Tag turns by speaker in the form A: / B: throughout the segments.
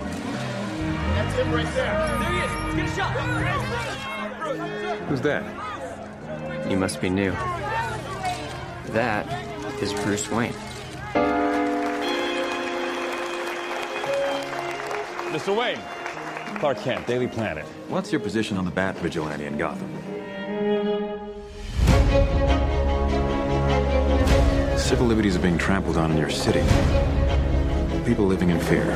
A: That's him right there.
B: There he is. Let's get a shot. Bruce, Bruce,
C: Who's that?
D: You must be new. That is Bruce Wayne.
B: Mr. Wayne. Clark Kent, Daily Planet.
E: What's your position on the Bat Vigilante in Gotham? Civil liberties are being trampled on in your city. People living in fear.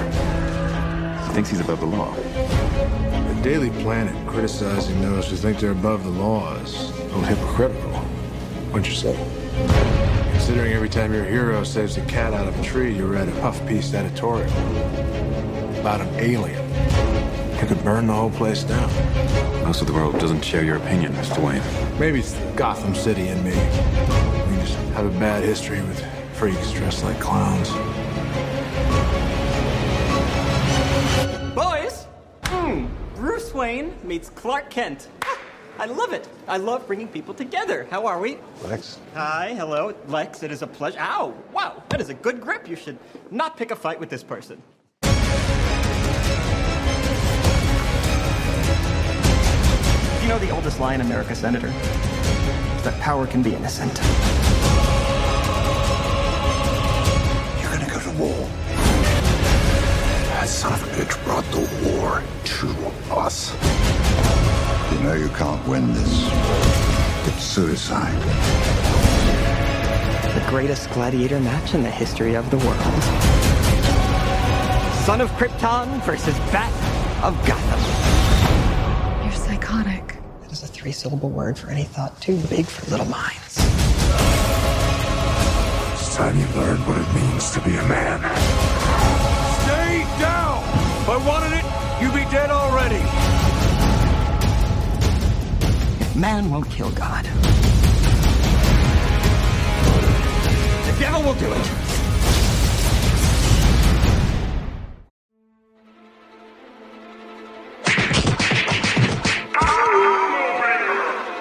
E: He thinks he's above the law.
F: The Daily Planet criticizing those who think they're above the law is a little hypocritical. Wouldn't you say? Considering every time your hero saves a cat out of a tree, you read a puff piece editorial about an alien who could burn the whole place down.
E: Most of the world doesn't share your opinion, Mr. Wayne.
F: Maybe it's the Gotham City in me. We just have a bad history with freaks dressed like clowns.
G: Boys! Mm, Bruce Wayne meets Clark Kent. Ah, I love it. I love bringing people together. How are we?
F: Lex?
G: Hi, hello, Lex. It is a pleasure. Ow! Wow, that is a good grip. You should not pick a fight with this person. You know the oldest lie in America, Senator? That power can be innocent.
H: You're gonna go to war. That son of a bitch brought the war to us. You know you can't win this. It's suicide.
G: The greatest gladiator match in the history of the world. Son of Krypton versus Bat of Gotham.
I: You're psychotic.
G: That is a three syllable word for any thought too big for little minds.
H: It's time you learn what it means to be a man.
A: Stay down! If I wanted it, you'd be dead already.
G: Man won't kill God. The devil will do it.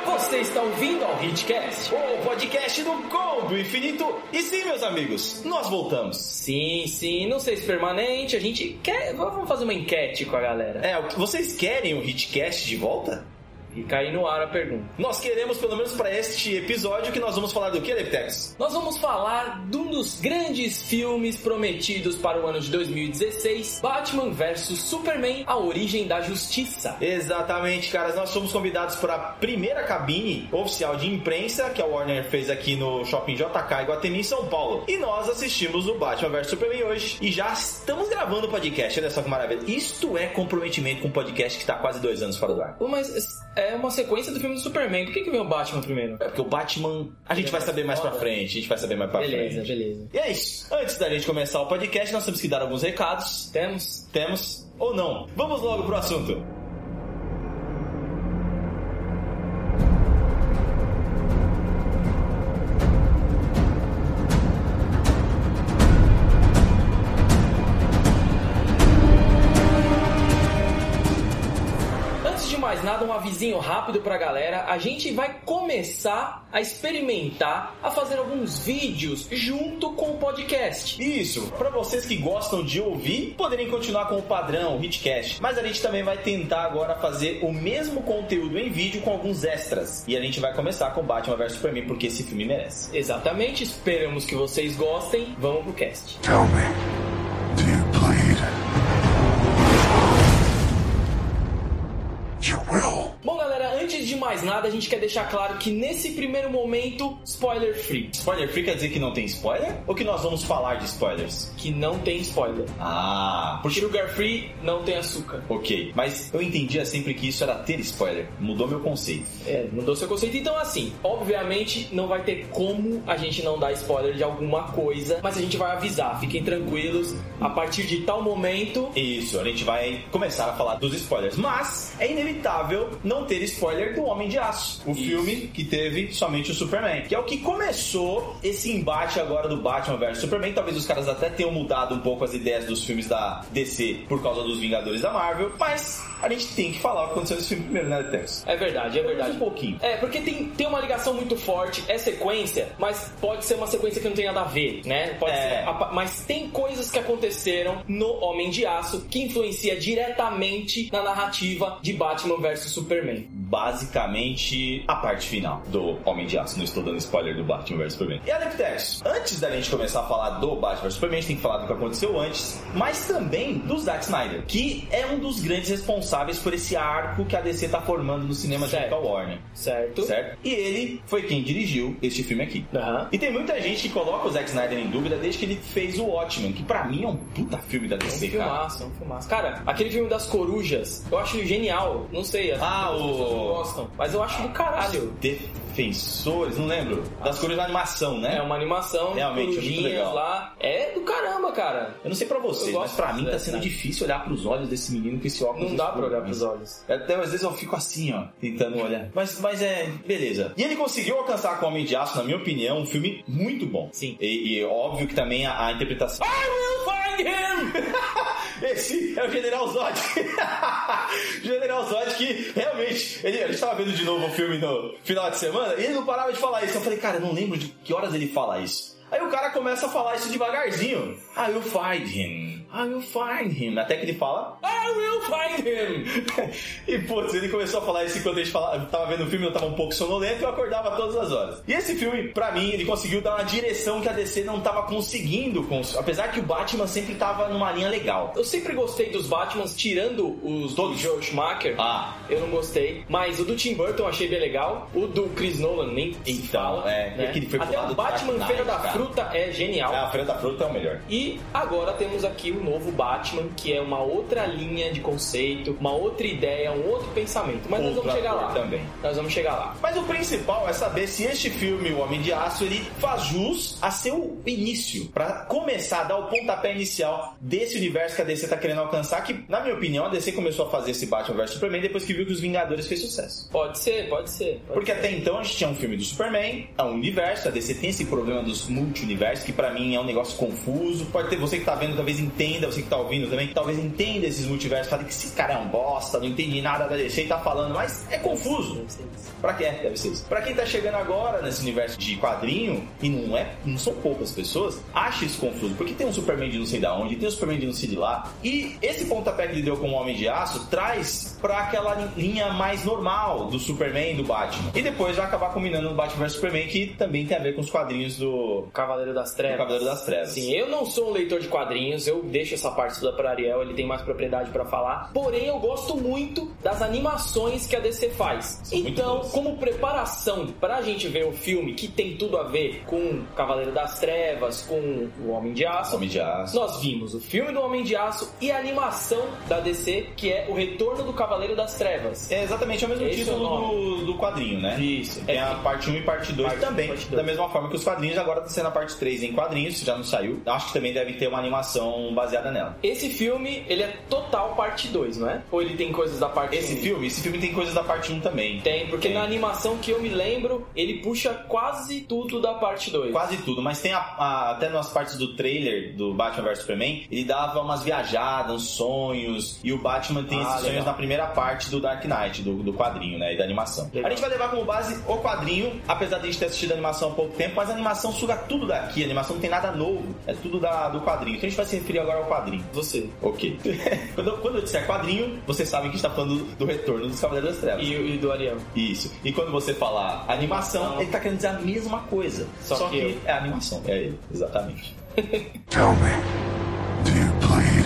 J: Você está ouvindo ao Hitcast, o podcast do Gol do Infinito. E sim, meus amigos, nós voltamos. Sim, sim, não sei se permanente, a gente quer. Vamos fazer uma enquete com a galera.
K: É, o que- vocês querem o Hitcast de volta?
J: Fica aí no ar a pergunta.
K: Nós queremos, pelo menos para este episódio, que nós vamos falar do que, Leptex?
J: Nós vamos falar de um dos grandes filmes prometidos para o ano de 2016, Batman vs Superman: A Origem da Justiça.
K: Exatamente, caras. Nós fomos convidados para a primeira cabine oficial de imprensa que a Warner fez aqui no Shopping JK Iguatemi, em São Paulo. E nós assistimos o Batman vs Superman hoje. E já estamos gravando o podcast. Olha só que maravilha. Isto é comprometimento com um podcast que está quase dois anos fora do ar.
J: Pô, Mas é uma sequência do filme do Superman. Por que, que vem o Batman primeiro?
K: É porque o Batman. A gente
J: Ele
K: vai
J: é
K: saber mais pra
J: foda.
K: frente. A gente vai saber mais pra
J: Beleza,
K: frente.
J: beleza.
K: E é isso. Antes da gente começar o podcast, nós temos que dar alguns recados.
J: Temos?
K: Temos ou não? Vamos logo pro assunto.
J: Antes de mais nada, um avisinho rápido pra galera. A gente vai começar a experimentar, a fazer alguns vídeos junto com o podcast.
K: Isso, pra vocês que gostam de ouvir, poderem continuar com o padrão, o Hitcast. Mas a gente também vai tentar agora fazer o mesmo conteúdo em vídeo com alguns extras. E a gente vai começar com Batman vs Superman, porque esse filme merece.
J: Exatamente, esperamos que vocês gostem. Vamos pro cast.
H: Tell me, do you bleed? You will.
J: Bom, galera, antes de mais nada, a gente quer deixar claro que nesse primeiro momento, spoiler free,
K: Spoiler free quer dizer que não tem spoiler? Ou que nós vamos falar de spoilers?
J: que não tem spoiler.
K: Ah, porque
J: Sugar free não tem açúcar.
K: Ok, mas eu entendia sempre que isso era ter spoiler. Mudou meu conceito.
J: É, mudou seu conceito. Então, assim, obviamente não vai ter como a gente não dar spoiler de alguma coisa, mas a gente vai avisar, fiquem tranquilos. A partir de tal momento,
K: Isso, a gente vai começar a falar dos spoilers. Mas é inevitável não ter spoiler do Homem de Aço. Nosso, o filme que teve somente o Superman, que é o que começou esse embate agora do Batman versus Superman. Talvez os caras até tenham mudado um pouco as ideias dos filmes da DC por causa dos Vingadores da Marvel, mas a gente tem que falar o que aconteceu nesse filme primeiro, né, Tex?
J: É verdade, é verdade.
K: Um pouquinho.
J: É, porque tem, tem uma ligação muito forte, é sequência, mas pode ser uma sequência que não tem nada a ver, né? Pode
K: É.
J: ser. a- Mas tem coisas que aconteceram no Homem de Aço que influencia diretamente na narrativa de Batman versus Superman.
K: basicamente a parte final do Homem de Aço. Não estou dando spoiler do Batman vs Superman. E Adeptex, antes da gente começar a falar do Batman vs Superman, a gente tem que falar do que aconteceu antes, mas também do Zack Snyder, que é um dos grandes responsáveis por esse arco que a DC tá formando no cinema junto
J: Certo.
K: com a Warner.
J: Certo?
K: Certo? E ele foi quem dirigiu este filme aqui.
J: Aham.
K: E tem muita gente que coloca o Zack Snyder em dúvida desde que ele fez o Watchmen, que pra mim é um puta filme da
J: Um
K: DC, cara.
J: filmaço, um filmaço. Cara, aquele filme das corujas, eu acho genial. Não sei, né? as
K: Ah,
J: pessoas
K: o-
J: não gostam, mas eu acho do caralho.
K: Defensores, não lembro. Das cores da animação, né?
J: É uma animação de
K: Realmente, é muito
J: corujinhas
K: legal.
J: lá. É do caramba, cara.
K: Eu não sei pra vocês,
J: Eu gosto
K: mas pra mim tá
J: dessa
K: sendo
J: idade.
K: difícil olhar pros olhos desse menino com esse óculos.
J: Não dá pra
K: escuro,
J: olhar
K: mas-
J: pros olhos. Uhum.
K: Até às vezes eu fico assim, ó, tentando olhar. Mas, mas é, beleza. E ele conseguiu alcançar com Homem de Aço, na minha opinião, um filme muito bom.
J: Sim.
K: E, e óbvio que também a, a interpretação.
J: Find him!
K: Esse é o General Zod. General Zod que realmente. Ele, a gente tava vendo de novo o filme no final de semana e ele não parava de falar isso. Eu falei, cara, eu não lembro de que horas ele fala isso. Aí o cara começa a falar isso devagarzinho. I will find him. I will find him. Até que ele fala.
J: I will find him!
K: e putz, ele começou a falar isso enquanto a gente falava, tava vendo o filme, eu tava um pouco sonolento e eu acordava todas as horas. E esse filme, pra mim, ele conseguiu dar uma direção que a DC não tava conseguindo. Com, apesar que o Batman sempre tava numa linha legal.
J: Eu sempre gostei dos Batmans, tirando os do
K: Todos.
J: Joe Schumacher.
K: Ah,
J: Eu não gostei, mas o do Tim Burton eu achei bem legal. O do Chris Nolan nem se
K: Então,
J: fala.
K: é,
J: né?
K: é que ele foi pro
J: Até
K: lado
J: o
K: do Dark
J: Batman
K: Knight,
J: Feira da
K: cara.
J: Fruta é genial.
K: a Feira da Fruta é o melhor.
J: E agora temos aqui o novo Batman, que é uma outra linha de conceito, uma outra ideia, um outro pensamento. Mas nós
K: Outro
J: vamos chegar
K: ator
J: lá.
K: também.
J: Nós vamos chegar lá.
K: Mas o principal é saber se este filme, O Homem de Aço, ele faz jus a seu início, Pra começar a dar o pontapé inicial desse universo que a DC tá querendo alcançar, que, na minha opinião, a DC começou a fazer esse Batman vs Superman depois que viu que os Vingadores fez sucesso.
J: Pode ser, pode ser. pode
K: Porque
J: ser.
K: até então a gente tinha um filme do Superman, é um universo, a DC tem esse problema dos multi-universos, que pra mim é um negócio confuso. Pode ter você que tá vendo, talvez entenda, você que tá ouvindo também, talvez entenda esses multiversos, fale que esse cara é um bosta, não entende nada da DC e tá falando, mas é confuso. Pra quem? Deve ser isso. Pra quem tá chegando agora nesse universo de quadrinho, e não é, não são poucas pessoas, acha isso confuso. Porque tem um Superman de não sei da onde, tem um Superman de não sei de lá. E esse pontapé que ele deu com o Homem de Aço traz pra aquela li- linha mais normal do Superman e do Batman. E depois vai acabar combinando no Batman vs Superman, que também tem a ver com os quadrinhos do.
J: Cavaleiro das Trevas.
K: Do Cavaleiro das Trevas.
J: Sim, eu não sou um leitor de quadrinhos, eu deixo essa parte toda para Ariel, ele tem mais propriedade pra falar. Porém, eu gosto muito das animações que a DC faz.
K: São muito
J: então,
K: boas.
J: como preparação pra gente ver o filme que tem tudo a ver com Cavaleiro das Trevas, com o Homem de Aço,
K: Homem de Aço.
J: nós vimos o filme do Homem de Aço e a animação da DC, que é O Retorno do Cavaleiro das Trevas.
K: É exatamente o mesmo
J: Esse é o
K: título do, do quadrinho, né?
J: Isso.
K: Tem a parte 1 e parte 2
J: Parte um e
K: também.
J: parte dois.
K: da mesma forma que os quadrinhos, agora tá sendo a parte 3 em quadrinhos, já não saiu. Acho que também deve ter uma animação baseada nela.
J: Esse filme, ele é total parte 2, não é? Ou ele tem coisas da parte
K: Esse
J: um?
K: filme, esse filme tem coisas da parte 1 também.
J: Tem, porque na animação que eu me lembro, ele puxa quase tudo da parte 2.
K: Quase tudo, mas tem a- a- até nas partes do trailer do Batman vs Superman, ele dava umas viajadas, uns sonhos, e o Batman tem
J: Ah,
K: esses sonhos
J: legal.
K: na primeira parte do Dark Knight, do, do quadrinho, né, e da animação.
J: Legal.
K: A gente vai levar como base o quadrinho, apesar de a gente ter assistido a animação há pouco tempo, mas a animação suga tudo daqui, a animação não tem nada novo, é tudo da- do quadrinho. Então a gente vai se referir agora ao quadrinho.
J: Você.
K: Ok. quando, quando eu disser quadrinho, vocês sabem que a gente tá falando do, do retorno dos Cavaleiros das Trevas.
J: E, e do Ariel.
K: Isso. E quando você falar animação, ele tá querendo dizer a mesma coisa.
J: Só
K: Só,
J: que
K: que,
J: eu.
K: é animação. É ele, exatamente.
H: Tell me, do you bleed?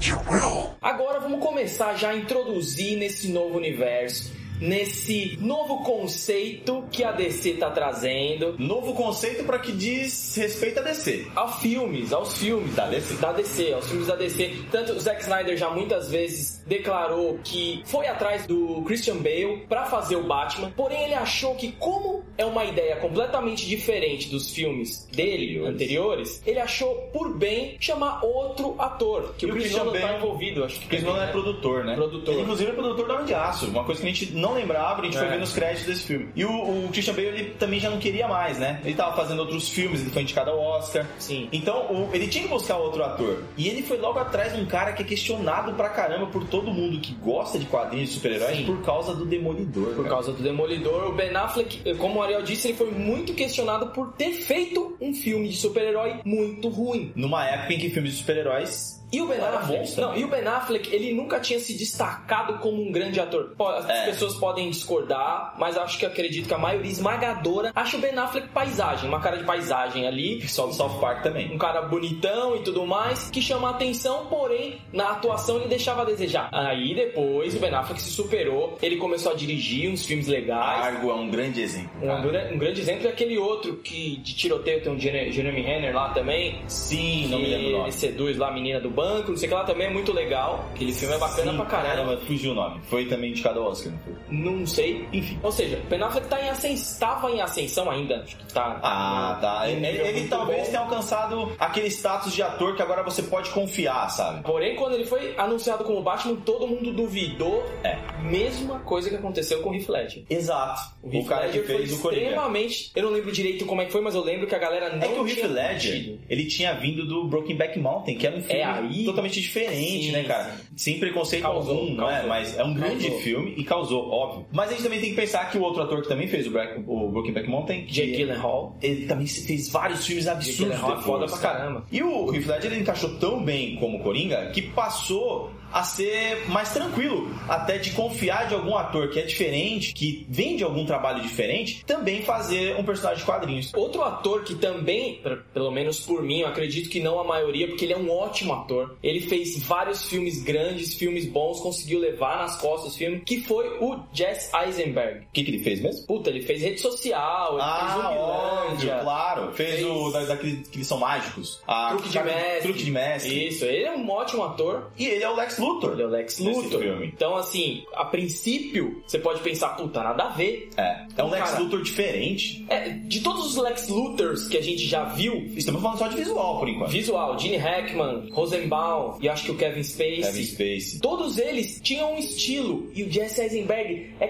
H: You will.
J: Agora vamos começar já a introduzir nesse novo universo, nesse novo conceito que a DC tá trazendo
K: Novo conceito pra que diz respeito a DC.
J: aos filmes, aos filmes
K: Da DC?
J: Da DC, aos filmes da DC. Tanto o Zack Snyder já muitas vezes declarou que foi atrás do Christian Bale pra fazer o Batman, porém ele achou que como é uma ideia completamente diferente dos filmes dele, anteriores, ele achou por bem chamar outro ator. Que
K: E
J: o Chris Nolan tá envolvido, acho que
K: O Chris
J: também,
K: Nolan é
J: né?
K: produtor, né?
J: Produtor.
K: Ele, inclusive, é produtor do Homem de Aço, uma coisa que a gente não lembrava, a gente foi
J: É.
K: ver nos créditos desse filme. E o, o Christian Bale, ele também já não queria mais, né? Ele tava fazendo outros filmes, ele foi indicado ao Oscar.
J: Sim.
K: Então, o- ele tinha que buscar outro ator. E ele foi logo atrás de um cara que é questionado pra caramba por todo mundo que gosta de quadrinhos de super-heróis
J: Sim.
K: por causa do Demolidor.
J: Por
K: cara.
J: causa do Demolidor, o Ben Affleck, eh, como o Ariel disse, ele foi muito questionado por ter feito um filme de super-herói muito ruim.
K: Numa época em que filmes de super-heróis
J: E o Ben
K: Era né? bom
J: Affleck,
K: também.
J: não, e o Ben Affleck, ele nunca tinha se destacado como um grande ator. Po- As
K: É.
J: pessoas podem discordar, mas acho que acredito que a maioria esmagadora acha o Ben Affleck paisagem, uma cara de paisagem ali,
K: só do South Park também.
J: um cara bonitão e tudo mais, que chama a atenção, porém, na atuação ele deixava a desejar. Aí depois o Ben Affleck se superou, ele começou a dirigir uns filmes legais.
K: Argo é um grande exemplo.
J: Um,
K: cara.
J: gran- um grande exemplo é aquele outro que de tiroteio tem o Jere- Jeremy Renner lá também.
K: Sim,
J: que
K: não me lembro o nome.
J: ele seduz lá a menina do banco, não sei o que lá também é muito legal. Aquele filme é bacana
K: Sim,
J: pra caramba.
K: fugiu o nome. Foi também indicado ao Oscar, não foi?
J: Não sei.
K: Enfim.
J: Ou seja, o Ben Affleck tá em ascens... tava em ascensão ainda. Acho que tá.
K: Ah, tá.
J: Ele
K: Ele,
J: é
K: ele
J: muito
K: talvez
J: bom.
K: tenha alcançado aquele status de ator que agora você pode confiar, sabe?
J: Porém, quando ele foi anunciado como Batman, todo mundo duvidou.
K: É.
J: Mesma coisa que aconteceu com o Heath Ledger.
K: Exato. O,
J: Heath
K: cara que
J: Ledger
K: fez o
J: foi
K: Coringa.
J: extremamente. Eu não lembro direito como é que foi, mas eu lembro que a galera não
K: É que o
J: tinha
K: Heath Ledger,
J: curtido.
K: ele tinha vindo do Broken Back Mountain, que era um filme
J: É aí-
K: totalmente diferente,
J: Sim,
K: né, cara? Sem preconceito
J: Causou,
K: algum, não
J: causou.
K: é? Mas é um grande
J: Causou.
K: filme e causou, óbvio. Mas a gente também tem que pensar que o outro ator que também fez o, Black, o Broken Back Mountain... que-
J: Jake Gyllenhaal.
K: Ele também fez vários filmes absurdos.
J: Gyllenhaal é
K: depois,
J: foda pra
K: cara.
J: caramba.
K: E o Heath Ledger ele encaixou tão bem como Coringa que passou a ser mais tranquilo, até de confiar de algum ator que é diferente, que vem de algum trabalho diferente, também fazer um personagem de quadrinhos.
J: Outro ator que também, pra- pelo menos por mim, eu acredito que não a maioria, porque ele é um ótimo ator. Ele fez vários filmes grandes, filmes bons, conseguiu levar nas costas o filme, que foi o Jesse Eisenberg.
K: O que, que ele fez mesmo?
J: Puta, ele fez rede social, ele fez
K: Ah, óbvio,
J: Zumbilândia,
K: claro. Fez,
J: Fez-
K: o da, daqueles que eles são mágicos. A-
J: Truque de
K: cara-
J: Mestre.
K: Truque de Mestre.
J: Isso, ele é um ótimo ator.
K: E ele é o Lex Luthor.
J: Ele é o Lex
K: Nesse
J: Luthor.
K: filme.
J: Então, assim, a princípio, você pode pensar, puta, nada a ver.
K: É, é
J: Então,
K: um Lex
J: Cara.
K: Luthor diferente.
J: É, de todos os Lex Luthors que a gente já viu,
K: Estamos falando só de visual, por enquanto.
J: visual, Gene Hackman, Rosenbaum e acho que o Kevin Spacey.
K: Kevin Spacey.
J: Todos eles tinham um estilo e o Jesse Eisenberg é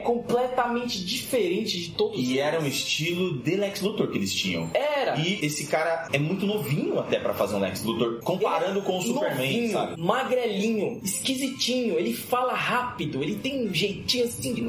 J: completamente diferente de todos
K: E
J: eles.
K: era um estilo de Lex Luthor que eles tinham.
J: Era.
K: E esse cara é muito novinho até pra fazer um Lex Luthor, comparando
J: Ele é
K: com o Superman,
J: novinho,
K: sabe?
J: Magrelinho, esquisitinho, ele fala rápido, ele tem um jeitinho assim de.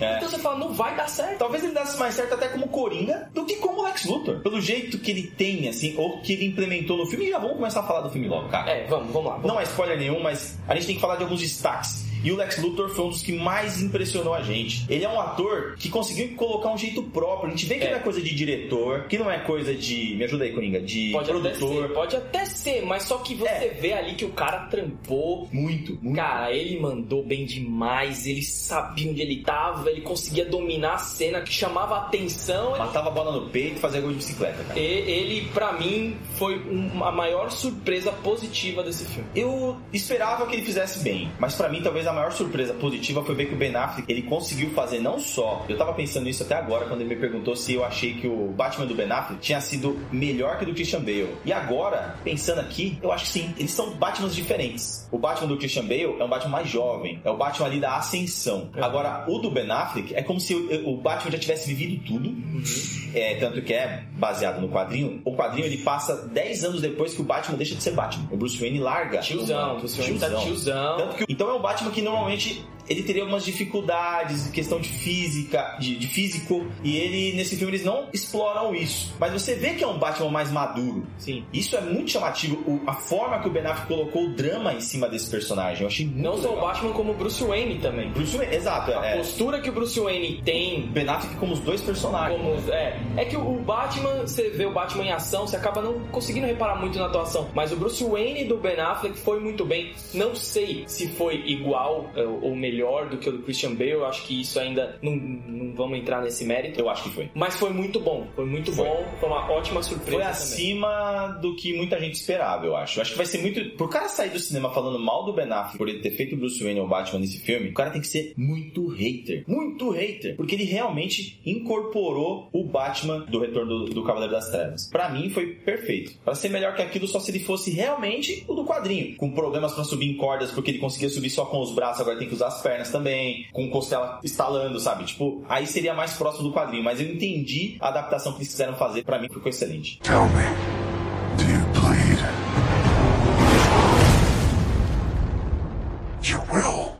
K: É.
J: Então você fala, não vai dar certo.
K: Talvez ele desse mais certo até como Coringa do que como Lex Luthor. Pelo jeito que ele tem, assim, ou que ele implementou no filme. E já vamos começar a falar do filme logo, cara.
J: É, vamos, vamos lá.
K: Não é spoiler nenhum, mas a gente tem que falar de alguns destaques. E o Lex Luthor foi um dos que mais impressionou a gente. Ele é um ator que conseguiu colocar um jeito próprio. A gente vê que
J: É.
K: não é coisa de diretor, que não é coisa de. Me ajuda aí, Coringa. De
J: Pode até, ser,
K: produtor.
J: pode até ser, mas só que você
K: É.
J: vê ali que o cara trampou.
K: Muito, muito.
J: Cara, ele mandou bem demais, ele sabia onde ele tava, ele conseguia dominar a cena que chamava a atenção. Ele,
K: Matava a bola no peito e fazia gol de bicicleta, cara.
J: E- ele pra mim, foi um- a maior surpresa positiva desse filme.
K: Eu esperava que ele fizesse bem, mas pra mim talvez a maior surpresa positiva foi ver que o Ben Affleck ele conseguiu fazer não só. Eu tava pensando nisso até agora quando ele me perguntou se eu achei que o Batman do Ben Affleck tinha sido melhor que o do Christian Bale. E agora, pensando aqui, eu acho que sim, eles são Batmans diferentes. O Batman do Christian Bale é um Batman mais jovem, é o Batman ali da ascensão. Agora, o do Ben Affleck é como se o o Batman já tivesse vivido tudo. É, tanto que é baseado no quadrinho. O quadrinho ele passa 10 anos depois que o Batman deixa de ser Batman. O Bruce Wayne larga
J: Tiozão, você tiozão. tá tiozão.
K: tanto que- então é um Batman que normalmente ele teria algumas dificuldades, questão de física, de, de físico, e ele nesse filme eles não exploram isso. Mas você vê que é um Batman mais maduro.
J: Sim.
K: Isso é muito chamativo, o- a forma que o Ben Affleck colocou o drama em cima desse personagem. Eu achei muito
J: Não só o
K: legal.
J: Batman, como o Bruce Wayne também.
K: Bruce Wayne, exato,
J: A
K: é, é.
J: postura que o Bruce Wayne tem.
K: Ben Affleck como os dois personagens.
J: Como, é, é que o Batman, você vê o Batman em ação, você acaba não conseguindo reparar muito na atuação. Mas o Bruce Wayne do Ben Affleck foi muito bem. Não sei se foi igual é, ou melhor melhor do que o do Christian Bale. Eu acho que isso ainda não, não vamos entrar nesse mérito.
K: Eu acho que foi.
J: Mas foi muito bom, foi muito
K: Foi.
J: bom, foi assim, uma ótima surpresa.
K: Foi
J: também.
K: acima do que muita gente esperava, eu acho. Eu acho que vai ser muito. Pro cara sair do cinema falando mal do Ben Affleck por ele ter feito Bruce Wayne ou Batman nesse filme, o cara tem que ser muito hater. Muito hater. Porque ele realmente incorporou o Batman do Retorno do, do Cavaleiro das Trevas. Pra mim foi perfeito. Pra ser melhor que aquilo, só se ele fosse realmente o do quadrinho. Com problemas pra subir em cordas, porque ele conseguia subir só com os braços, agora tem que usar as pernas também. Com costela estalando, sabe? Tipo, aí seria mais próximo do quadrinho. Mas eu entendi a adaptação que eles quiseram fazer. Pra mim ficou excelente.
H: Tell me, do you bleed? You will.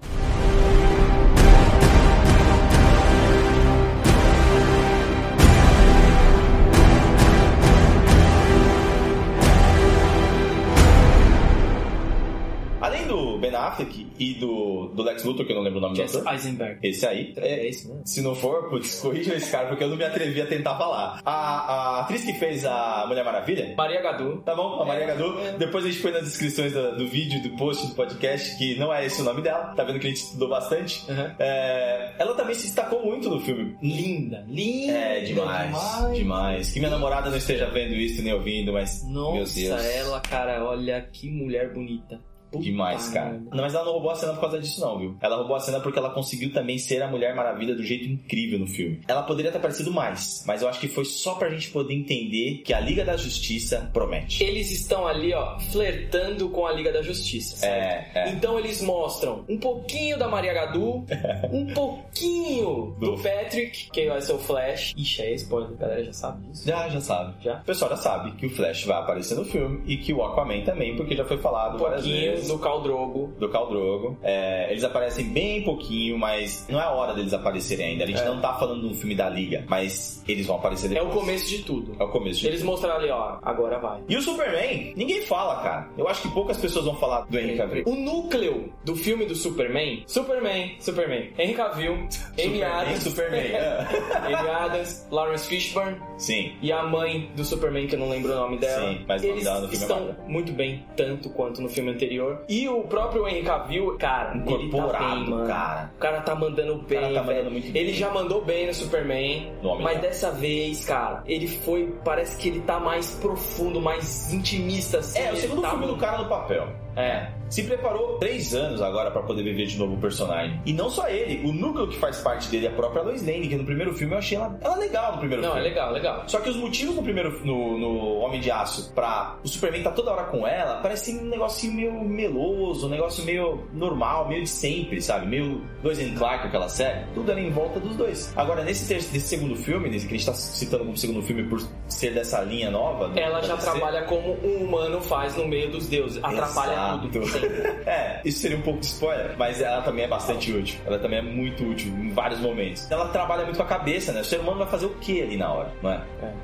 K: Além do Ben Affleck e do, do Lex Luthor, que eu não lembro o nome
J: Jesse
K: do ator.
J: Eisenberg.
K: Esse aí. É,
J: esse mesmo.
K: Se não for, putz, corrija esse cara, porque eu não me atrevi a tentar falar. A, a atriz que fez a Mulher Maravilha.
J: Maria Gadu.
K: Tá bom, a
J: É.
K: Maria Gadu. Depois a gente põe nas descrições da- do, vídeo, do post, do podcast, que não é esse o nome dela. Tá vendo que a gente estudou bastante?
J: Uhum.
K: É, ela também se destacou muito no filme.
J: Linda, linda.
K: É, demais, demais. Que minha namorada não esteja vendo isso nem ouvindo, mas. meu
J: Nossa,
K: Deus.
J: ela, cara, olha que mulher bonita. Puta
K: Demais, cara.
J: merda.
K: Não, mas ela não roubou a cena por causa disso, não, viu? Ela roubou a cena porque ela conseguiu também ser a Mulher Maravilha do jeito incrível no filme. Ela poderia ter aparecido mais, mas eu acho que foi só pra gente poder entender que a Liga da Justiça promete.
J: Eles estão ali, ó, flertando com a Liga da Justiça. certo?
K: É, é.
J: Então eles mostram um pouquinho da Maria Gadu, um pouquinho do
K: Do-
J: Patrick, que vai ser o Flash. Ixi, é spoiler, a galera já sabe disso.
K: Já, já sabe.
J: Já?
K: O pessoal já sabe que o Flash vai aparecer no filme e que o Aquaman também, porque já foi falado
J: Um
K: várias
J: pouquinho
K: vezes.
J: do Khal Drogo.
K: do Khal Drogo. É, eles aparecem bem pouquinho, mas não é a hora deles aparecerem ainda. A gente não tá falando de um filme da Liga, mas eles vão aparecer
J: É
K: depois.
J: o começo de tudo.
K: É o começo. de
J: Eles mostraram ali, ó, agora vai.
K: E o Superman, ninguém fala, cara. Eu acho que poucas pessoas vão falar do Henry Cavill.
J: O núcleo do filme do Superman, Superman, Superman, Henry Cavill, Amy
K: Superman,
J: Adams,
K: Superman, é.
J: Amy Adams, Lawrence Fishburne
K: Sim.
J: e a mãe do Superman que eu não lembro o nome dela.
K: Sim, mas o nome
J: eles
K: dela no filme é
J: estão
K: Bárbara.
J: muito bem tanto quanto no filme anterior. E o próprio Henry Cavill, cara, ele tá
K: Incorporado,
J: bem, mano.
K: cara.
J: O cara tá mandando bem,
K: tá mandando
J: velho.
K: muito bem.
J: Ele já mandou bem no Superman,
K: No Homem
J: mas
K: de Ferro.
J: dessa vez, cara, ele foi, parece que ele tá mais profundo, mais intimista assim.
K: É, o
J: Ele
K: segundo
J: tá
K: filme do
J: muito-
K: cara no papel.
J: É.
K: Se preparou três anos agora pra poder viver de novo o personagem. E não só ele, o núcleo que faz parte dele é a própria Lois Lane, que no primeiro filme eu achei ela, ela legal no primeiro
J: Não, é
K: filme.
J: legal, legal.
K: Só que os motivos no primeiro no, no Homem de Aço pra o Superman tá toda hora com ela, parece um negocinho meio meloso, um negócio meio normal, meio de sempre, sabe? Meio dois and Clark, aquela série. Tudo era em volta dos dois. Agora, nesse, ter- nesse segundo filme, nesse que a gente tá citando como segundo filme por ser dessa linha nova. né? do-
J: Ela
K: da
J: já
K: DC,
J: trabalha como um humano faz no meio dos deuses. Atrapalha
K: Exato.
J: tudo.
K: é, isso seria um pouco de spoiler, mas ela também é bastante útil. Ela também é muito útil em vários momentos. Então, Ela trabalha muito com a cabeça, né? O ser humano vai fazer o que ali na hora, não é?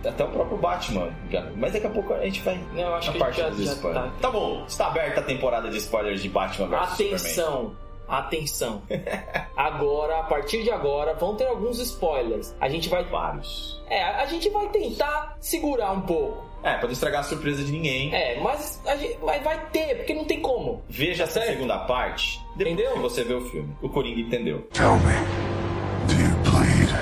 K: Até o próprio Batman. cara. Mas daqui a pouco a gente vai.
J: Não, eu acho
K: na
J: que
K: parte
J: já-
K: dos
J: já
K: spoilers.
J: tá.
K: Tá bom, está aberta a temporada de spoilers de Batman vs Superman.
J: Atenção! Atenção! Agora, a partir de agora, vão ter alguns spoilers. A gente vai.
K: Vários.
J: É, a gente vai tentar segurar um pouco.
K: É, pra não estragar a surpresa de ninguém.
J: É, mas a gente mas vai ter, porque não tem como.
K: Veja essa segunda parte. Depois
J: Entendeu?
K: que você vê o filme. O Coringa entendeu.
H: Tell me, do you bleed?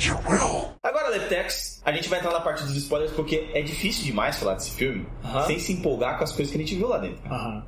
H: You will.
K: Agora, Letex, a gente vai entrar na parte dos spoilers porque é difícil demais falar desse filme
J: Aham.
K: sem se empolgar com as coisas que a gente viu lá dentro.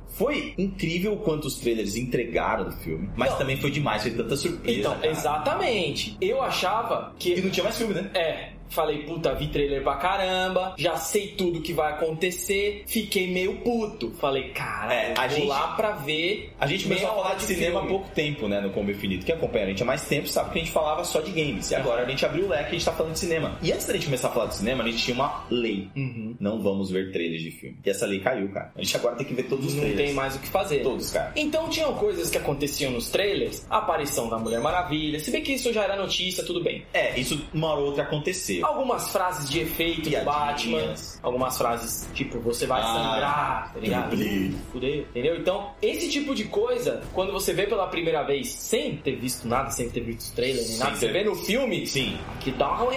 K: Foi incrível o quanto os trailers entregaram do filme, mas
J: Não.
K: também foi demais, foi tanta surpresa.
J: Então,
K: cara.
J: exatamente. Eu achava que.
K: E não tinha mais filme, né?
J: É, falei, puta, vi trailer pra caramba, já sei tudo que vai acontecer, fiquei meio puto. Falei, cara,
K: É,
J: eu
K: a
J: vou
K: gente-
J: lá pra ver.
K: A gente começou
J: meia
K: a falar
J: hora
K: de cinema há
J: filme.
K: pouco tempo, né, no Combo Infinito. Quem acompanha a gente há mais tempo sabe que a gente falava só de games. E agora a gente abriu o leque e a gente tá falando de cinema. E antes da gente começar a falar de cinema, a gente tinha uma lei.
J: Uhum.
K: Não vamos ver trailers de filme. E essa lei caiu, cara. A gente agora tem que ver todos os
J: Não
K: trailers.
J: tem mais o que fazer.
K: Todos, cara.
J: Então tinham coisas que aconteciam nos trailers, a aparição da Mulher Maravilha, se bem que isso já era notícia, tudo bem.
K: É, isso uma hora ou outra aconteceu.
J: Algumas frases de efeito do Batman,
K: Piadinhas.
J: algumas frases tipo, você vai
K: Ah,
J: sangrar, tá ligado?
K: dublê.
J: Fudeu, entendeu? Então, esse tipo de coisa, quando você vê pela primeira vez, sem ter visto nada, sem ter visto trailer, nem
K: Sem
J: nada, você
K: ter-
J: vê no filme,
K: Sim.
J: que dá uma,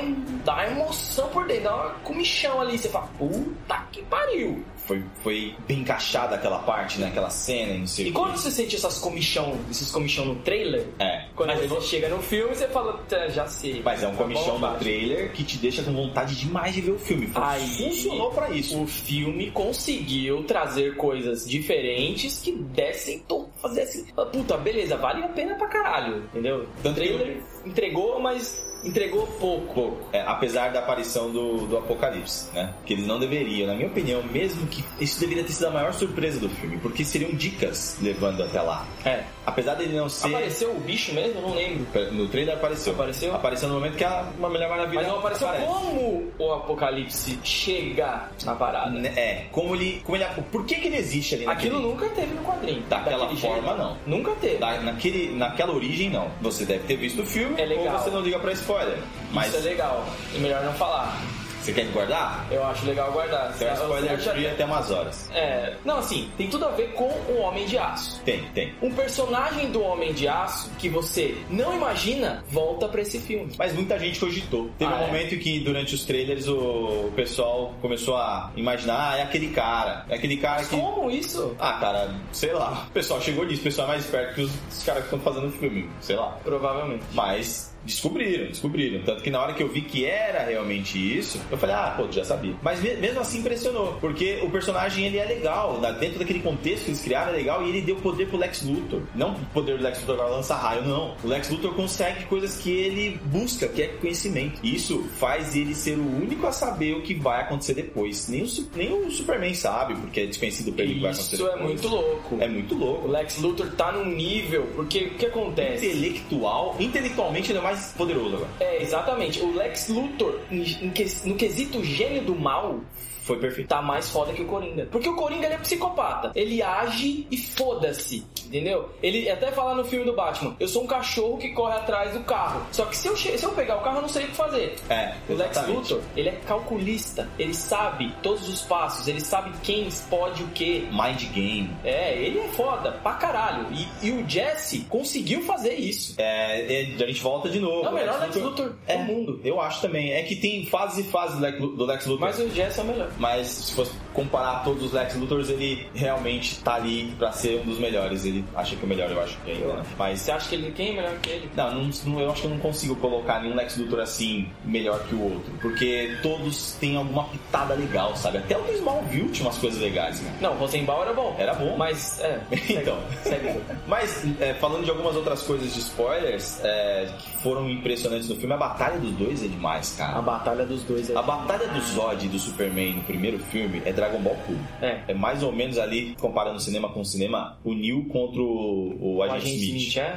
J: dá uma emoção por dentro, dá uma comichão ali, você fala, puta que pariu.
K: Foi, foi bem encaixada aquela parte, né? Aquela cena e não sei
J: E
K: o quê.
J: quando você sente essas comichão, esses comichão no trailer,
K: É.
J: quando
K: Mas
J: você
K: eu vou-
J: chega no filme, você fala, "Tá, já sei.
K: Mas é um
J: Tá
K: comichão
J: bom,
K: no
J: tá.
K: trailer que te deixa com vontade demais de ver o filme. Foi-
J: Aí-
K: funcionou pra isso.
J: O filme conseguiu trazer coisas diferentes que dessem, to- fazessem. ah, Puta, beleza, vale a pena pra caralho, entendeu? O
K: Tanto que-
J: trailer entregou, mas entregou pouco.
K: Pô, é, apesar da aparição do, do Apocalipse, né? Que eles não deveriam, na minha opinião, mesmo que isso deveria ter sido a maior surpresa do filme, porque seriam dicas levando até lá.
J: É.
K: Apesar dele não ser.
J: Apareceu o bicho mesmo? Eu não lembro.
K: No trailer apareceu.
J: Apareceu?
K: Apareceu no momento que a uma Mulher Maravilha.
J: Mas não apareceu
K: aparece.
J: como o Apocalipse chega na parada.
K: Né, É, como ele. Como ele por que, que ele existe ali naquele-
J: Aquilo nunca teve no quadrinho.
K: Daquela
J: Daquele
K: forma,
J: jeito.
K: não.
J: Nunca teve.
K: Da- naquele, naquela origem, não. Você deve ter visto o filme
J: É legal.
K: ou você não liga pra spoiler. Mas
J: Isso é legal. É melhor não falar.
K: você quer guardar?
J: Eu acho legal guardar.
K: Então é
J: Eu- eu
K: spoiler
J: acho-
K: free até umas horas.
J: É. Não, assim, tem tudo a ver com o Homem de Aço.
K: Tem, tem.
J: Um personagem do Homem de Aço que você não imagina volta pra esse filme.
K: Mas muita gente cogitou. Teve
J: Ah,
K: um
J: é?
K: momento que durante os trailers o pessoal começou a imaginar, ah, é aquele cara. É aquele cara
J: Mas
K: que.
J: como isso?
K: Ah, cara, sei lá. O pessoal chegou nisso, o pessoal é mais esperto que os, os caras que estão fazendo o filme, sei lá.
J: Provavelmente.
K: Mas descobriram, descobriram. Tanto que na hora que eu vi que era realmente isso, eu falei, ah, pô, já sabia. Mas me- mesmo assim impressionou, porque o personagem ele é legal, né? dentro daquele contexto que eles criaram é legal e ele deu poder pro Lex Luthor. Não o poder do Lex Luthor agora lança raio, não. O Lex Luthor consegue coisas que ele busca, que é conhecimento. E Isso faz ele ser o único a saber o que vai acontecer depois. Nem o, su- nem o Superman sabe, porque é desconhecido pra ele o que vai acontecer
J: Isso é
K: depois.
J: muito louco.
K: É muito
J: O
K: louco. é
J: Lex Luthor tá num nível, porque o que acontece?
K: Intelectual, intelectualmente ele é mais poderoso agora.
J: É, exatamente. O Lex Luthor, em- em ques- no quesito gênio do mal,
K: Foi perfeito.
J: tá mais foda que o Coringa. Porque o Coringa ele é psicopata. Ele age e foda-se. Entendeu? Ele até fala no filme do Batman: Eu sou um cachorro que corre atrás do carro. Só que se eu, che- se eu pegar o carro, eu não sei o que fazer.
K: É,
J: O Lex
K: exatamente.
J: Luthor, ele é calculista. Ele sabe todos os passos. Ele sabe quem pode o quê.
K: Mind Game.
J: É, ele é foda pra caralho. E, e o Jesse conseguiu fazer isso.
K: É, é, a gente volta de novo.
J: É o melhor Lex Luthor
K: é,
J: do mundo.
K: Eu acho também. É que tem fases e fases do Lex Lu- do Lex Luthor.
J: Mas o Jesse é o melhor.
K: Mas se fosse comparar todos os Lex Luthors, ele realmente tá ali pra ser um dos melhores. Ele acha que é o melhor, eu acho que ainda, né? Mas
J: Você acha que ele quem é melhor que ele?
K: não, não- não- eu acho que eu não consigo colocar nenhum Lex Luthor assim melhor que o outro. Porque todos têm alguma pitada legal, sabe? Até o do Smallville tinha umas coisas legais, né?
J: Não, Rosenbaum era bom.
K: Era bom.
J: Mas, é. segue-
K: Então.
J: segue o jogo.
K: Mas, é, falando de algumas outras coisas de spoilers é, que foram impressionantes no filme, a batalha dos dois é demais,
J: A
K: cara.
J: batalha dos dois é.
K: A batalha do Zod e do Superman no primeiro filme é Dragon Ball puro.
J: É.
K: É mais ou menos ali, comparando cinema com cinema, o Neil contra o, o
J: O
K: Agente Smith.
J: é?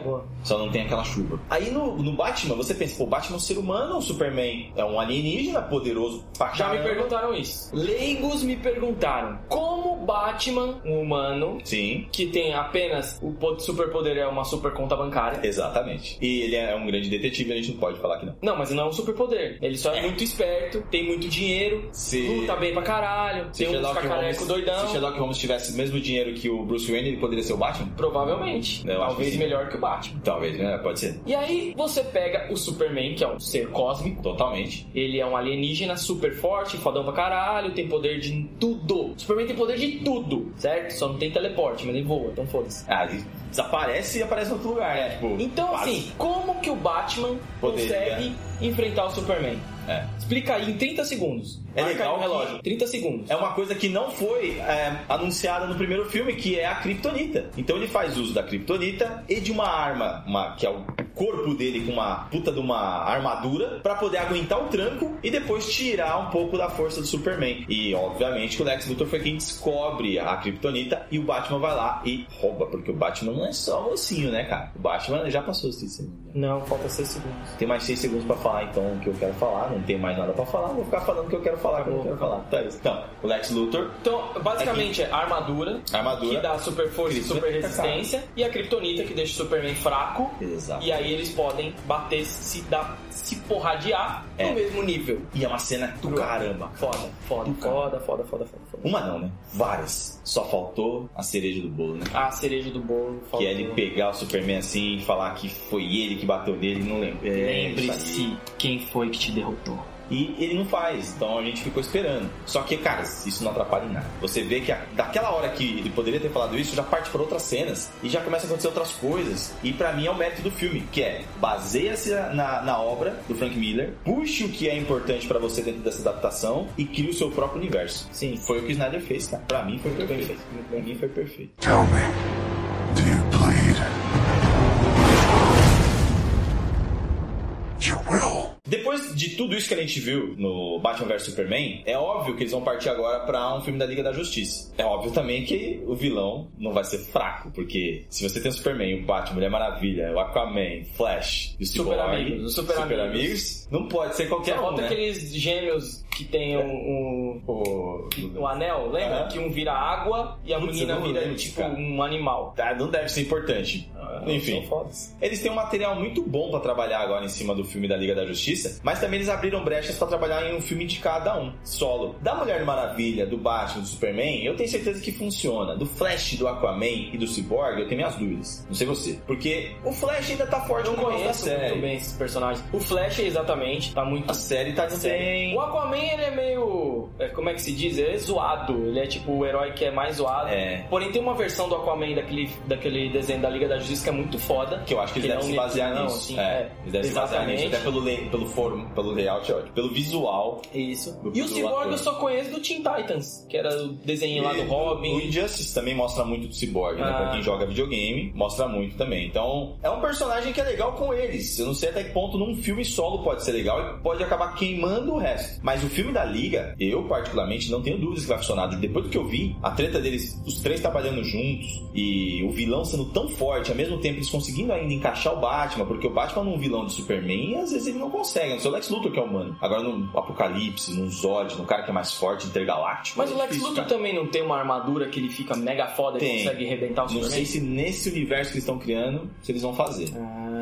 J: Boa, boa.
K: Só não tem aquela chuva. Aí no, no Batman, você pensa, pô, Batman é um ser humano, o Superman é um alienígena poderoso pra
J: Já me
K: caramba.
J: perguntaram isso. Leigos me perguntaram como Batman, um humano,
K: Sim.
J: que tem apenas o po- superpoder é uma super conta bancária.
K: Exatamente. E ele é um grande detetive, a gente não pode falar que não.
J: Não, mas não é um superpoder. Ele só é, muito esperto, tem muito dinheiro,
K: Se-
J: luta bem pra caralho,
K: Se
J: tem um
K: Sherlock,
J: cacareco
K: Holmes,
J: doidão.
K: se Sherlock Holmes tivesse o mesmo dinheiro que o Bruce Wayne, ele poderia ser o Batman?
J: Provavelmente.
K: Eu acho
J: Talvez
K: que sim.
J: melhor que o Batman.
K: Talvez, né? Pode ser.
J: E aí você pega o Superman, que é um ser cósmico,
K: Totalmente.
J: Ele é um alienígena super forte, fodão pra caralho, tem poder de tudo. Superman tem poder de tudo, certo? Só não tem teleporte, mas ele voa, então foda-se.
K: Ah, ele desaparece e aparece em outro lugar, né? Tipo,
J: Então,
K: quase.
J: assim, como que o Batman
K: Poderia.
J: consegue enfrentar o Superman?
K: É.
J: Explica aí em 30 segundos.
K: É
J: Marca
K: legal
J: aí no
K: que-
J: relógio. 30 segundos.
K: É uma coisa que não foi é, anunciada no primeiro filme, que é a Kryptonita. Então ele faz uso da Kryptonita e de uma arma, uma, que é o corpo dele com uma puta de uma armadura, pra poder aguentar o tranco e depois tirar um pouco da força do Superman. E obviamente que o Lex Luthor foi quem descobre a Kryptonita e o Batman vai lá e rouba, porque o Batman não é só mocinho, né, cara? O Batman já passou os 30 segundos. né?
J: Não, falta 6 segundos.
K: Tem mais 6 segundos pra falar, então, o que eu quero falar. Não tem mais nada pra falar, vou ficar falando o que eu quero falar, o que eu não quero falar. Tá isso. Então, o Lex Luthor
J: Então, basicamente é, armadura,
K: Armadura.
J: que dá super força e super
K: Kryptonita,
J: resistência, e a Kryptonita que deixa o Superman fraco.
K: Exato.
J: E aí eles podem bater, se dar, se porradear
K: É.
J: no mesmo nível.
K: E é uma cena do caramba.
J: Foda, foda,
K: Do
J: foda, foda, foda, foda, foda.
K: Uma não, né? Várias. Só faltou a cereja do bolo, né?
J: A cereja do bolo. faltou.
K: Que é ele pegar o Superman
J: né,
K: assim e falar que foi ele que bateu nele, não lembro. É, isso aí.
J: Lembre-se quem foi que te derrotou.
K: E ele não faz, então a gente ficou esperando. Só que, cara, isso não atrapalha em nada. Você vê que a- daquela hora que ele poderia ter falado isso, já parte para outras cenas e já começa a acontecer outras coisas. E pra mim é o mérito do filme, que é baseia-se na, na obra do Frank Miller, puxe o que é importante pra você dentro dessa adaptação e cria o seu próprio universo. Sim, foi o que o Snyder fez, cara. Pra mim foi perfeito. Pra mim foi perfeito.
H: Tell me, do you bleed? You will.
K: Depois de tudo isso que a gente viu no Batman vs Superman, é óbvio que eles vão partir agora pra um filme da Liga da Justiça. É óbvio também que o vilão não vai ser fraco, porque se você tem o Superman, o Batman, Mulher Maravilha, o Aquaman, Flash e o
J: Super
K: Cyborg,
J: Amigos, os Super Amigos.
K: Amigos, não pode ser qualquer
J: Só
K: um,
J: falta
K: né?
J: aqueles gêmeos que tem um, um-
K: O-
J: o anel, lembra?
K: Aham.
J: Que um vira água e a
K: Putz, eu
J: menina
K: não
J: vira
K: lembro,
J: tipo
K: cara.
J: um animal.
K: Tá, não deve ser importante.
J: Ah,
K: Enfim.
J: são fodas.
K: Eles têm um material muito bom pra trabalhar agora em cima do filme da Liga da Justiça, mas também eles abriram brechas pra trabalhar em um filme de cada um, solo. Da Mulher Maravilha, do Batman, do Superman, eu tenho certeza que funciona. Do Flash, do Aquaman e do Cyborg, eu tenho minhas dúvidas. Não sei você. Porque o Flash ainda tá forte
J: Eu
K: no começo da
J: conheço muito
K: série.
J: bem esses personagens. O Flash, exatamente, tá muito
K: A série tá
J: sério.
K: bem.
J: O Aquaman, ele é meio. é, Como é que se diz? Ele é zoado. Ele é tipo o herói que é mais zoado.
K: É.
J: Porém, tem uma versão do Aquaman daquele, daquele desenho da Liga da Justiça que é muito foda.
K: Que eu acho que eles
J: ele
K: devem se
J: é um
K: basear
J: negrinão,
K: nisso.
J: assim,
K: é,
J: é.
K: eles devem se basear nisso. Até pelo, le- pelo, form, pelo layout, é ótimo. pelo visual.
J: Isso.
K: Do-
J: E o
K: do
J: Cyborg
K: ator.
J: eu só conheço do Teen Titans, que era o desenho lá do
K: E
J: Robin.
K: O Injustice também mostra muito do Cyborg, né?
J: Ah.
K: Pra quem joga videogame, mostra muito também. Então, é um personagem que é legal com eles. Eu não sei até que ponto num filme solo pode ser legal e pode acabar queimando o resto. Mas o filme da Liga, eu particularmente não tenho dúvidas que vai funcionar. Depois do que eu vi, a treta deles, os três trabalhando juntos e o vilão sendo tão forte, ao mesmo tempo eles conseguindo ainda encaixar o Batman, porque o Batman num vilão de Superman, e às vezes ele não consegue. Não sei o Lex Luthor que é humano. Agora no Apocalipse, num Zod, num cara que é mais forte, intergaláctico.
J: Mas
K: é
J: o Lex
K: difícil,
J: Luthor
K: cara.
J: também não tem uma armadura que ele fica mega foda
K: Tem.
J: e consegue arrebentar o
K: Não
J: Superman?
K: sei se nesse universo que eles estão criando, se eles vão fazer.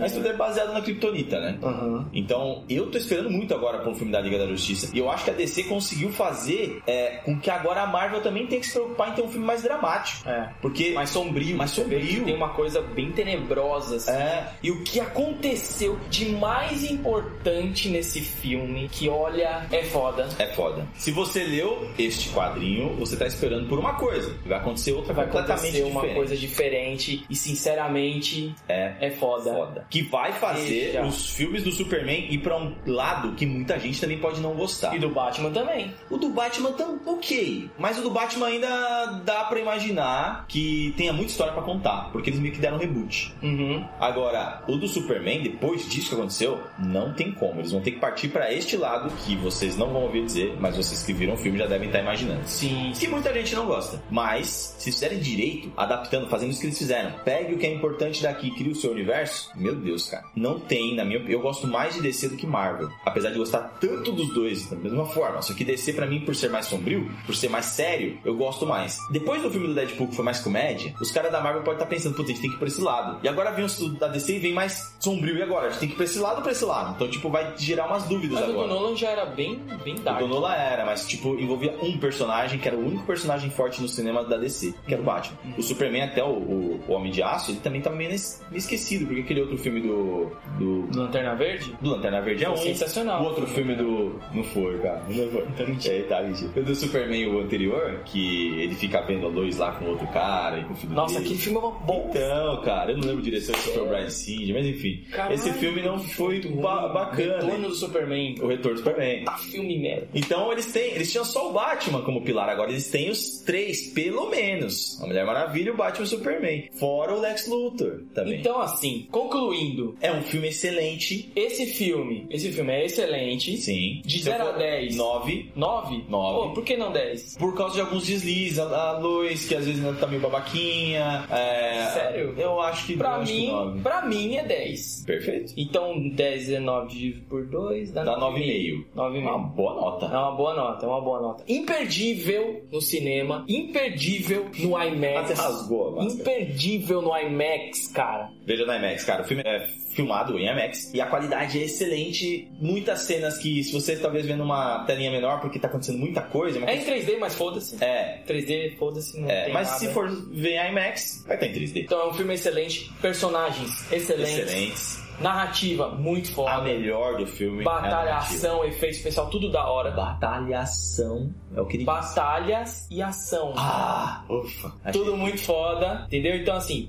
K: Mas tudo é baseado na Kryptonita, né?
J: Ah. Aham.
K: Então, eu tô esperando muito agora pra um filme da Liga da Justiça. E eu acho que a DC conseguiu fazer é, com que agora a Marvel também tenha que se preocupar em ter um filme mais dramático.
J: É.
K: Porque...
J: Mais sombrio.
K: Mais
J: Você vê que
K: sombrio.
J: Tem uma coisa bem tenebrosa, assim.
K: É.
J: E o que aconteceu de mais importante nesse filme, que olha, é foda.
K: É foda. Se você leu este quadrinho, você tá esperando por uma coisa. Vai acontecer outra
J: Vai
K: completamente
J: acontecer uma
K: diferente.
J: coisa diferente e, sinceramente,
K: É.
J: é foda.
K: foda. Que vai fazer
J: Deixa.
K: os filmes do Superman ir pra um lado que muita gente também pode não gostar.
J: E do Batman também.
K: O do Batman tá ok, mas o do Batman ainda dá pra imaginar que tenha muita história pra contar, porque eles meio que deram um reboot.
J: Uhum.
K: Agora, o do Superman, depois disso que aconteceu, não tem como. Eles vão ter que partir pra este lado que vocês não vão ouvir dizer, mas vocês que viram o filme já devem estar imaginando.
J: Sim.
K: Que muita gente não gosta. Mas, se fizerem direito, adaptando, fazendo isso que eles fizeram, pegue o que é importante daqui e crie o seu universo, meu Deus, cara. Não tem, na minha opinião. Eu gosto mais de DC do que Marvel. Apesar de gostar tanto dos dois da mesma forma. Só que DC, pra mim, por ser mais sombrio, por ser mais sério, eu gosto mais. Depois do filme do Deadpool, que foi mais comédia, os caras da Marvel podem estar pensando, putz, a gente tem que ir pra esse lado. E agora vem o da DC e vem mais sombrio. E agora? A gente tem que ir pra esse lado ou pra esse lado? Então, tipo, vai gerar umas dúvidas
J: Mas o do
K: agora.
J: Nolan já era bem, bem
K: O
J: dark.
K: Donola era, mas tipo, envolvia um personagem que era o único personagem forte no cinema da DC, que era o Batman.
J: Uhum.
K: O Superman, até o, o- o Homem de Aço, ele também tava meio nes- meio esquecido, porque aquele outro filme do. do.
J: Do Lanterna Verde?
K: do Lanterna Verde é um.
J: Foi sensacional.
K: O outro filme do. Não foi, cara. Não foi.
J: Tá mentindo.
K: É, tá, mentira. O do Superman, o anterior, que ele fica vendo a luz lá com outro cara e com o filho
J: Nossa,
K: dele.
J: aquele filme é uma bomba.
K: Então, cara, eu não lembro a direção se foi o Brian Singer, mas enfim.
J: Caralho,
K: esse filme não foi
J: muito ruim.
K: ba- bacana.
J: Retorno do Superman.
K: O Retorno do Superman.
J: Tá filme merda.
K: Então eles têm, eles tinham só o Batman como pilar, agora eles têm os três, pelo menos. A Mulher Maravilha, o Batman e o Superman. Fora o Lex Luthor também.
J: Então, assim, concluindo,
K: é um filme excelente.
J: esse filme, esse filme é excelente.
K: Sim.
J: De
K: Se eu
J: zero a
K: for
J: dez.
K: nove.
J: 9?
K: Nove.
J: Pô, por que não 10?
K: Por causa de alguns deslizes, a, a Lois, que às vezes ainda tá meio babaquinha. é-
J: Sério?
K: Eu acho que eu
J: Pra
K: acho que
J: mim,
K: nove.
J: pra mim é 10.
K: Perfeito.
J: Então, 10 é 9 por 2, dá
K: Dá
J: 9,5.
K: 9,5. Uma
J: 9,5.
K: boa nota.
J: É uma boa nota, é uma boa nota. Imperdível no cinema, imperdível no IMAX.
K: Até rasgou a máscara.
J: Imperdível no IMAX, cara.
K: Veja na IMAX, cara. O filme é, filmado em IMAX. E a qualidade é excelente. Muitas cenas que, se você talvez vendo uma telinha menor, porque tá acontecendo muita coisa.
J: É
K: mas-
J: em 3D, mas foda-se.
K: É.
J: 3D, foda-se, não
K: é.
J: tem
K: Mas
J: nada.
K: se for ver em IMAX, vai estar em 3D.
J: Então é um filme excelente, personagens excelentes,
K: Excelentes.
J: narrativa muito
K: A
J: foda,
K: melhor do filme. Ah, é
J: batalha,
K: a narrativa.
J: ação, efeito especial, tudo da hora.
K: Batalha, ação. É o que ele
J: Batalhas e ação.
K: Ah, ufa.
J: tudo muito foda, entendeu? Então assim,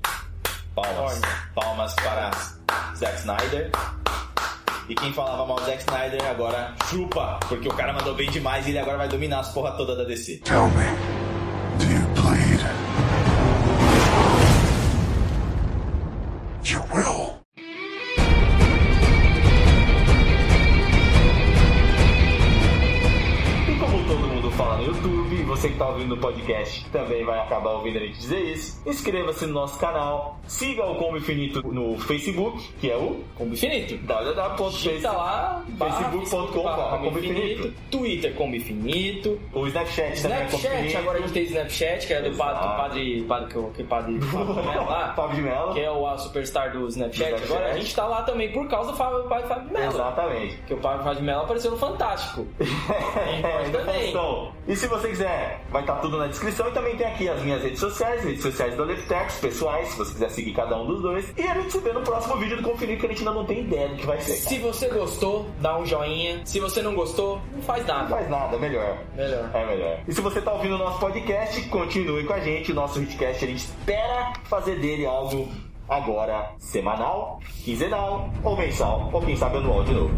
K: Palmas. Palmas para Zack Snyder. E quem falava mal do Zack Snyder agora chupa, porque o cara mandou bem demais e ele agora vai dominar as porra toda da DC.
H: Tell me, do you bleed? You will.
K: E como todo mundo fala no YouTube, você que tá ouvindo o podcast também vai acabar ouvindo a gente dizer isso. Inscreva-se no nosso canal, siga o Combo Infinito no Facebook, que é o
J: combo infinito. Digita
K: www.facebook.com.
J: lá, barra
K: facebook.com,
J: barra
K: combo infinito.
J: Twitter combo infinito,
K: O Snapchat também é Combo
J: Snapchat,
K: Infinito.
J: agora a gente tem Snapchat, que é do, pa- do
K: Exato.
J: padre, padre, que, eu- que padre Fábio Melo lá,
K: Fábio de Mello.
J: que é o a superstar do Snapchat.
K: Snapchat.
J: Agora a gente tá lá também por causa do Fábio, padre Fábio Melo.
K: Exatamente.
J: Porque o Pablo Fábio Mello apareceu no Fantástico.
K: É,
J: Importante também.
K: então, E se você quiser, vai estar tudo na descrição. E também tem aqui as minhas redes sociais, redes sociais do Aleptex, pessoais, se você quiser seguir cada um dos dois. E a gente se vê no próximo vídeo do Conferir, que a gente ainda não tem ideia do que vai ser.
J: Se você gostou, dá um joinha. Se você não gostou, não faz
K: Não
J: nada.
K: faz nada, melhor.
J: Melhor.
K: É melhor. E se você tá ouvindo o nosso podcast, continue com a gente. O nosso Hitcast, a gente espera fazer dele algo agora semanal, quinzenal, ou mensal, ou quem sabe anual de novo.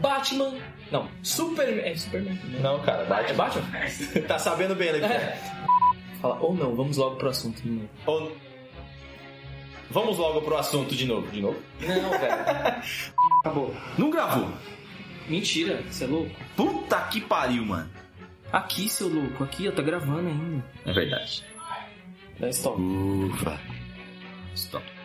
J: Batman. Não, Superman. É Superman.
K: Não, cara,
J: É
K: Batman.
J: Batman?
K: tá sabendo bem, né? cara?
J: Fala, ou não, vamos logo pro assunto. Não,
K: Ou- Vamos logo pro assunto de novo. De novo?
J: não velho.
K: Não gravou.
J: Mentira, você é louco?
K: Puta que pariu, mano.
J: Aqui, seu louco, aqui, ó, tá gravando ainda.
K: É verdade.
J: Dá stop.
K: Ufa. Stop.